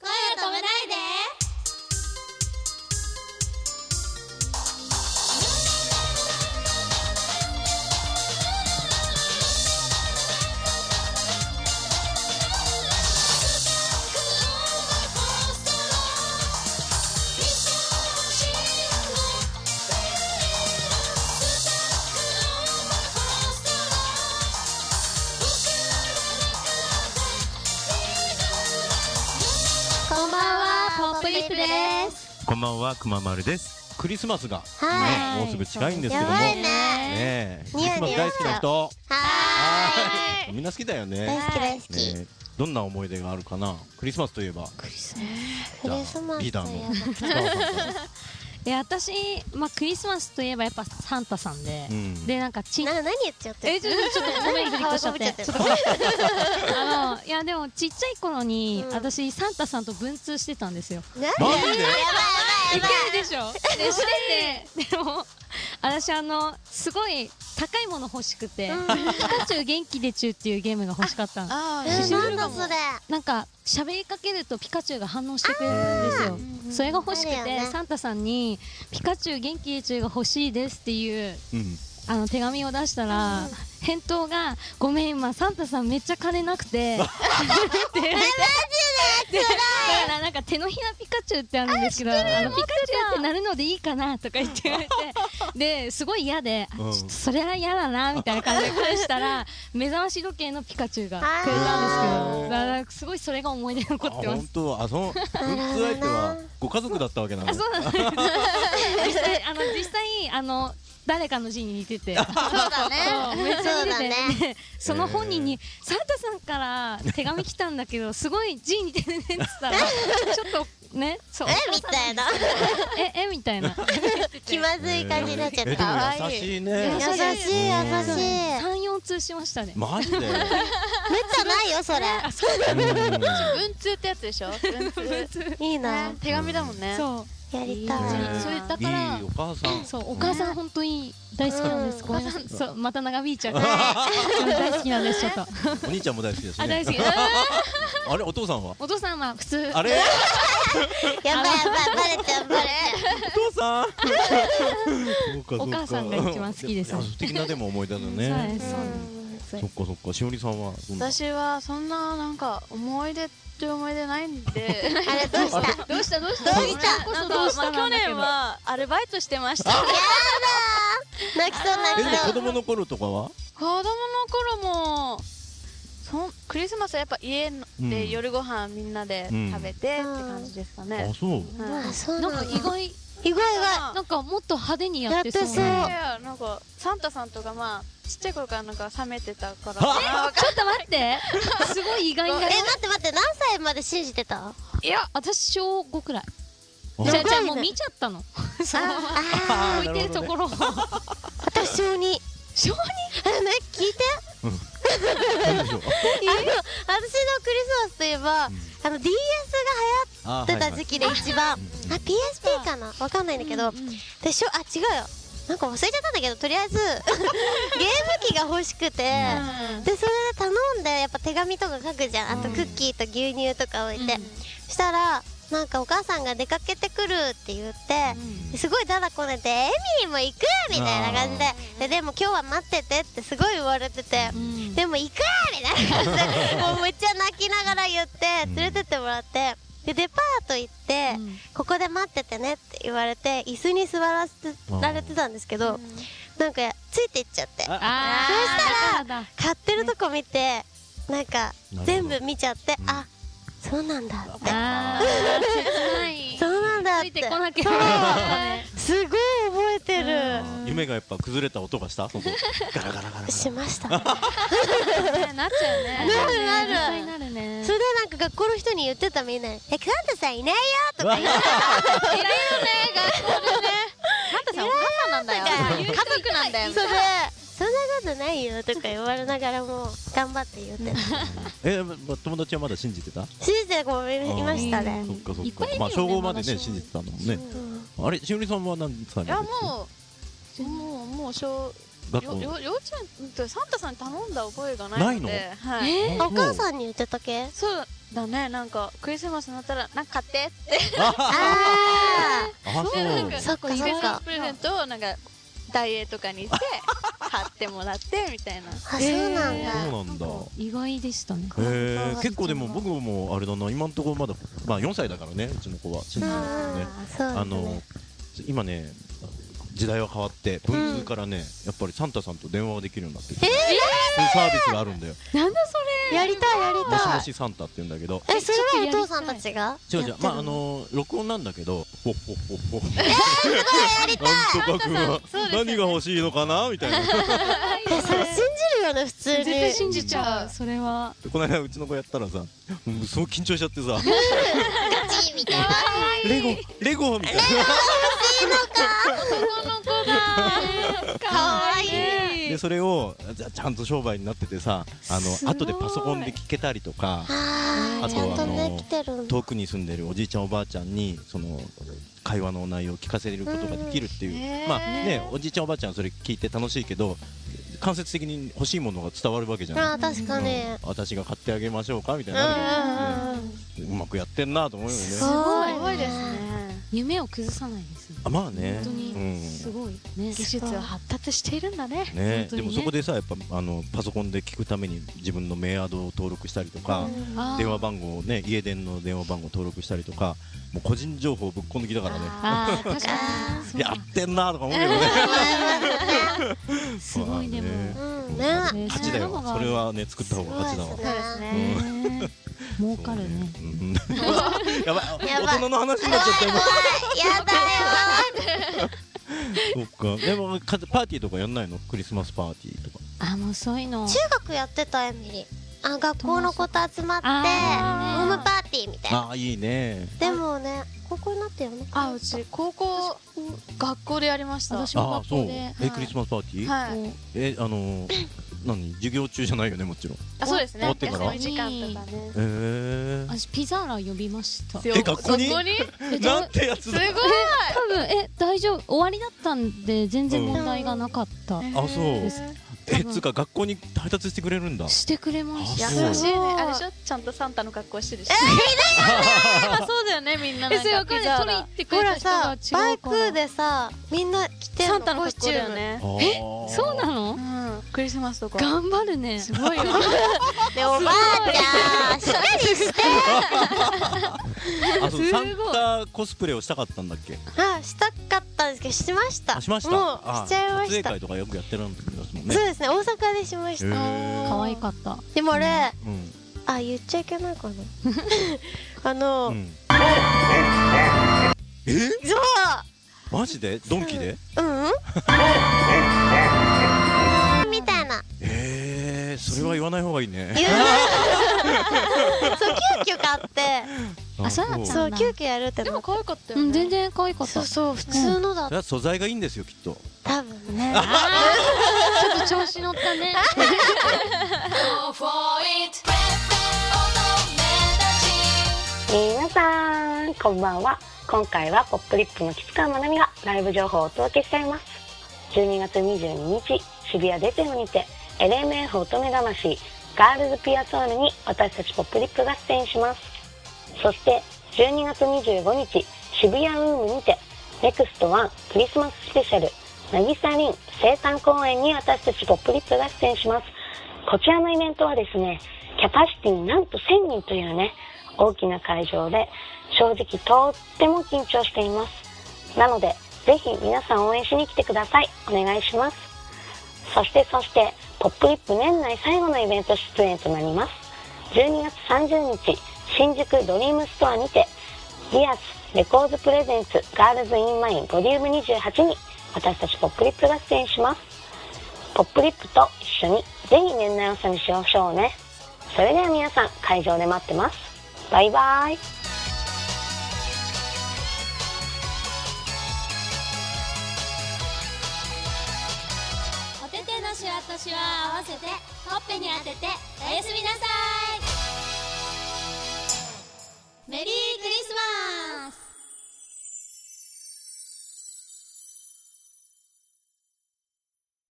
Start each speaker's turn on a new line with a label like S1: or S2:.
S1: ないでこんばんはポップリップです
S2: こんばんは、くままるです。クリスマスが、
S3: はい
S2: ねもうすぐ近いんですけども、
S3: やばい
S2: ね
S3: ね
S2: え、ク
S3: ニ
S2: リ
S3: ヤ
S2: スマ
S3: ニ
S2: ス
S3: ヤ
S2: 大好きな人、
S3: は
S2: あーみんな好きだよ
S3: ーい。大
S2: ね。
S3: 好き大好き。
S2: ねえどんな思い出があるかな。クリスマスといえば、
S3: クリスマス。クリスマス。
S2: リーダーの塚川さんから。
S4: で私、まあ、クリスマスといえばやっぱサンタさんで、
S2: うん
S4: でなんかちん
S3: な、何言っちゃって
S4: え
S3: る。
S4: ちょっとちょっとごめん振り越しちゃ
S3: 顔
S4: っ
S3: がぶ
S4: て
S3: っち
S4: ち
S3: ゃ
S4: ょ
S3: っ
S4: っ
S3: てる
S4: とごめんあのいやでもちっちゃい頃に、
S3: うん
S4: 私サンタさんと文通してたんですよ
S3: なん
S2: マ
S3: で
S2: ジ
S4: い
S2: で？
S4: けるでしょでしててでも私あのすごい高いもの欲しくて「ピカチュウ元気でちゅ」うっていうゲームが欲しかったの
S5: あ
S3: え
S5: ー
S3: なんだそれ。
S4: なんか喋りかけるとピカチュウが反応してくれるんですよそれが欲しく
S3: あ
S4: て、
S3: るよね
S4: サンタさんに「ピカチュウ元気でちゅ」が欲しいですっていう
S2: うん。
S4: あの手紙を出したら、返答が「ごめん今サンタさんめっちゃ金なくて」って言われてでだからなんか手のひらピカチュウってあるんですけどあのピカチュウってなるのでいいかなとか言って言われてですごい嫌 で、あ
S2: うん
S4: ちょっとそれは嫌だなみたいな感じで返した ら目覚まし時計のピカチュウが
S3: あー
S4: くれたんですけどだからすごいそれが思い出に残
S2: あ、
S4: ってま
S2: 本
S4: す。
S2: 当。あ、その文通相手はご家族だったわけなの
S4: あ。そうなんです実際あの実際あの誰かの字に似てて
S3: そうだ
S4: そうめっちゃ
S3: そう
S4: 似て
S3: だ
S4: て、
S3: ね。
S4: でその本人に、サンタさんから手紙来たんだけどすごい字似てるねって言った らちょっとねそう
S3: えみたいな。
S4: ええみたいな
S3: 気まずい感じになっちゃっ
S2: え、で
S3: た。
S2: も優しいね
S3: 優し。い優しい。
S4: 三四通しましたね、
S2: マジで。
S3: めったないよそれ。
S2: うん
S5: 文通ってやつでしょ文通
S3: いいな
S5: ね。手紙だもんね
S4: そ
S3: やりたい。
S2: ね
S4: それだ
S2: いい
S4: から
S2: お母さん
S4: う。そうお母さん本当に大好きなんです、
S3: うん
S4: ごめんなさいそうまた長引いちゃうから大好きなんですちょっと
S2: お兄ちゃんも大好きです
S4: あ大
S2: ね
S4: 好。き
S2: あれ、お父さんは？
S4: お父さんは普通
S2: あれ、
S3: やばいやばいバレちゃうバレちゃう。
S2: お父さん。そうかそうか
S4: お母さんが一番好きです
S2: いや素敵なでも思い出だ
S4: そうで
S2: ね。
S4: すそ
S2: そ
S4: う
S2: っ
S4: で
S2: かそっか。しおりさんはどんな。
S5: 私はそんななんか思い出って思い出ないんで
S3: あれどうした？
S5: どうしたどうした
S3: どうした
S5: なん
S4: どう
S5: か
S4: し
S5: ま
S4: た
S5: あ
S4: なんだけ
S5: 去
S4: ど
S5: 年はアルバイトしてました子
S3: 泣きそう泣
S2: え、でも
S3: きそ
S2: 子
S3: う。
S2: 供の頃とかは？
S5: 供の頃もそんクリスマスはやっぱ家で夜ご飯みんなで食べてって感じですかね
S2: あ、、そう。
S5: はい
S3: あそう
S4: す
S3: な
S4: なん
S3: んだ
S4: か意外
S3: 意外は
S4: なんかもっと派手にやってそう
S3: やってそう
S5: いやなんかサンタさんとかまあちっちゃい頃からなんか冷めてたから
S2: あ
S4: ちょっと待って すごい意外
S3: え
S4: だよ
S3: 待って待って何歳まで信じてた？
S4: いや私小5くらい
S2: あ
S4: じゃあじゃあ
S3: ね
S4: もう見ちゃったのその
S3: あ
S2: あー
S4: 置いてるところを
S3: あ私小二。
S4: 小2
S3: えね聞いて。
S2: なんでしょう。
S3: あの私のクリスマスといえば、あの DS が流
S2: あ
S3: 行ってた時期で一番、あ PSP かなわかんないんだけど、でしょあ違うよなんか忘れちゃったんだけどとりあえずゲーム機が欲しくて、でそれで頼んでやっぱ手紙とか書くじゃんあとクッキーと牛乳とか置いて、したらなんかお母さんが出かけてくるって言って、すごいだだこねて「エミリーも行く!」みたいな感じでででも今日は待っててってすごい言われてて、でも行くみたいな感じ でもうめっちゃ泣きながら言って
S2: うん
S3: 連れてってもらってでデパート行って、ここで待っててねって言われて椅子に座らせて
S2: うん
S3: られてたんですけど、なんかついていっちゃって
S2: あ
S4: あ
S3: そ
S4: ーだからだ
S3: 買ってるとこ見てなんか
S2: ほど
S3: 全部見ちゃって
S2: うん
S3: あそうなんだって
S4: あー切
S3: そ
S4: ないう
S3: なんだっ
S4: つ
S3: て
S4: いてこなきゃね
S3: すごい覚えて
S2: あ
S3: る
S2: ー夢がやっぱ崩れた音がした。そこ。ガラガラガラガラ。
S3: しましたそ
S5: ねなっちゃうね
S3: なるなる
S4: 絶対なるね
S3: れでなんか学校の人に言ってたみんなに「えサンタさんいないよ」とか言って
S5: サンタさんお母さんなんだよ家族なんだよ
S3: それそんなことないよとか言われながらも頑張って言ってた
S2: え、ま友達はまだ信じてた？
S3: 信じてる子もいましたね
S2: そっかそっ
S4: いっぱいいるよ
S2: か。
S4: ね
S2: まあ小五まで
S4: ま
S2: ね
S4: だ
S2: 信じてたのもんね。あれ、しおりさんは何歳
S5: い
S2: ま
S5: や
S2: で？
S5: もうもうもう小
S2: 学
S5: よ
S2: 校
S5: よ幼稚園うんとサンタさんに頼んだ覚えがないので
S2: ない
S5: はい、
S4: え
S3: お母さんに言ってたけ
S5: そうだねなんかクリスマスになったらなんか買ってって
S3: あ
S2: あそう
S5: でなんか
S3: そっか
S5: こう
S3: そっか
S5: クリスマスプレゼントをなんかダイエーとかにして買ってもらってみた い
S3: ー
S5: な
S3: あそうなんだ、
S2: そうなんだ
S4: 意外でしたね
S2: へえ結構でも僕もあれだな今のところまだまあ4歳だからねうちの子は新人だからね
S3: あーそう
S2: あ
S3: なんだね
S2: の今ね時代は変わって文通からね、やっぱりサンタさんと電話ができるようになってきて、そういうサービスがあるんだよ
S4: なんだそ
S3: やりたいやり
S2: もしたも
S3: い
S2: しサンタって言うんだけど
S3: えそれはお父さんたちが
S2: 違う違
S3: やってる
S2: うまああの録音なんだけどほっほっほ っほっなんとかくんは何が欲しいのかなみたいな
S3: え それ信じるよね普通
S4: れ
S3: に
S4: 絶対信じちゃうそれは
S2: この間うちの子やったらさもうすごい緊張しちゃってさ
S3: じみたいな
S2: レゴレゴみたい な
S3: 可愛い
S2: でそれをじゃちゃんと商売になっててさあの後でパソコンで聞けたりとか
S3: あ
S2: あ
S3: あ
S2: と
S3: ちゃんと
S2: あ
S3: ね
S2: の
S3: 来てるんだ
S2: 遠くに住んでるおじいちゃんおばあちゃんにその会話の内容を聞かせることができるっていう、
S5: うんへー
S2: まあねおじいちゃんおばあちゃんはそれ聞いて楽しいけど間接的に欲しいものが伝わるわけじゃない、
S3: あー確かに
S2: うん私が買ってあげましょうかみたいにな
S3: うん
S2: る
S3: うんうんうん
S2: けど、うまくやってんなと思うよね
S3: す
S4: ごい
S5: すごいですね
S4: 夢を崩さないですね
S2: あまあね
S4: 本当に
S2: うん
S4: すごいね
S5: 技術は発達しているんだ
S2: ね
S5: ね
S4: 本当にね
S2: でもそこでさやっぱあのパソコンで聞くために自分のメアドを登録したりとか、
S4: あー
S2: 電話番号をね家電の電話番号登録したりとかもう個人情報ぶっこ抜きだからね
S4: あー確かにそう
S2: や
S4: だ
S2: ってんなとか思うけどね
S4: すごいでも
S3: うんね
S4: ね
S2: 勝ちだよそれはね作った方が勝ちだわ
S3: すごい
S5: そうですね
S4: ね儲かるね
S2: そうねうんやばい
S3: やばい
S2: 大人の話になっちゃったよ
S3: やだよ
S2: そっかでもかパーティーとかやんないのクリスマスパーティーとか
S4: あもうそういうの
S3: 中学やってたエミリあ学校の子と集まって
S4: あ
S3: ホ
S4: ー
S3: ームパーティーみたいな
S2: ああいいね
S3: でもね高校になってよね
S5: あうち高校学校でやりました
S4: 私
S2: ああそう
S4: で
S2: えクリスマスパーティー
S5: はい
S4: こ
S2: えあのー何授業中じゃないよねもちろん
S5: あそうですね
S2: 終わってから
S5: 休み時間とかね
S2: え
S4: う私ピザーラ呼びました
S2: え学校に
S5: 学校 に
S4: え
S2: えなんてやつ
S5: す
S2: だ
S5: ごい
S4: 多分え大丈夫終わりだったんで全然問題がなかった、
S2: あそうえつうか学校に配達してくれるんだ
S4: してくれました
S2: あ
S5: 優しいね
S3: そう
S5: あれでしょちゃんとサンタの格好してるしそうだよねみんな
S4: えそれわかんない取り行ってく
S3: ほ
S4: れ
S3: ら
S4: た
S3: さ
S4: 人が
S3: バ
S4: 違
S3: イ
S4: うから
S3: クでさみんな着て
S5: サ
S3: る
S5: ンタの
S3: のコス
S5: 格好
S3: チュ
S5: だよ
S3: ーム
S5: ね
S2: え
S4: そうなの
S5: うんクリスマスとか
S4: 頑張るね
S5: すごいよね
S3: でおばあちゃん処理して
S2: あそうサンタコスプレをしたかったんだっけ
S3: あしたかったんですけどしました
S2: あしました
S3: も
S2: あ
S3: うしちゃいま
S2: 撮影
S3: した
S2: 会とかよくやってるんですもんね
S3: そうですね大阪でしまし
S2: へ
S3: た
S2: ー
S4: 可愛かった
S3: でも俺
S2: うん
S3: あ言っちゃいけないか なあの
S2: うんえ
S3: そう
S2: マジでドンキで
S3: うんうんみたいな
S2: えーそれは言わない方がいいね
S3: 言う そう急遽買って
S4: あそうなんだ
S3: そう急遽やるって
S5: で
S3: な
S5: も
S3: っ
S5: 可愛かった
S4: う
S5: よ
S4: ん全
S5: ね
S4: 然可愛かった
S3: そ
S4: た
S3: うそう普通のだ
S2: それは素材がいいんですよきっと
S3: 多分ね
S4: ちょっと調子乗ったね
S6: えー皆さんこんばんは今回はポップリップの吉川まなみがライブ情報をお届けしちゃいます12月22日渋谷デテムにて LMF 乙女魂ガールズピアソールに私たちポップリップが出演しますそして12月25日渋谷ウームにて NEXT1 クリスマススペシャル渚凛生誕公演に私たちポップリップが出演しますこちらのイベントはですねキャパシティなんと1000人というね大きな会場で正直とっても緊張していますなのでぜひ皆さん応援しに来てくださいお願いしますそしてそして、ポップリップ年内最後のイベント出演となります。12月30日、新宿ドリームストアにて、リアスレコーズプレゼンツガールズインマインボリューム28に私たちポップリップが出演します。ポップリップと一緒にぜひ年内おさにしましょうね。それでは皆さん会場で待ってます。バイバイ。
S1: おててのシワとシワを合わせてほっぺに当てておやすみなさいメリー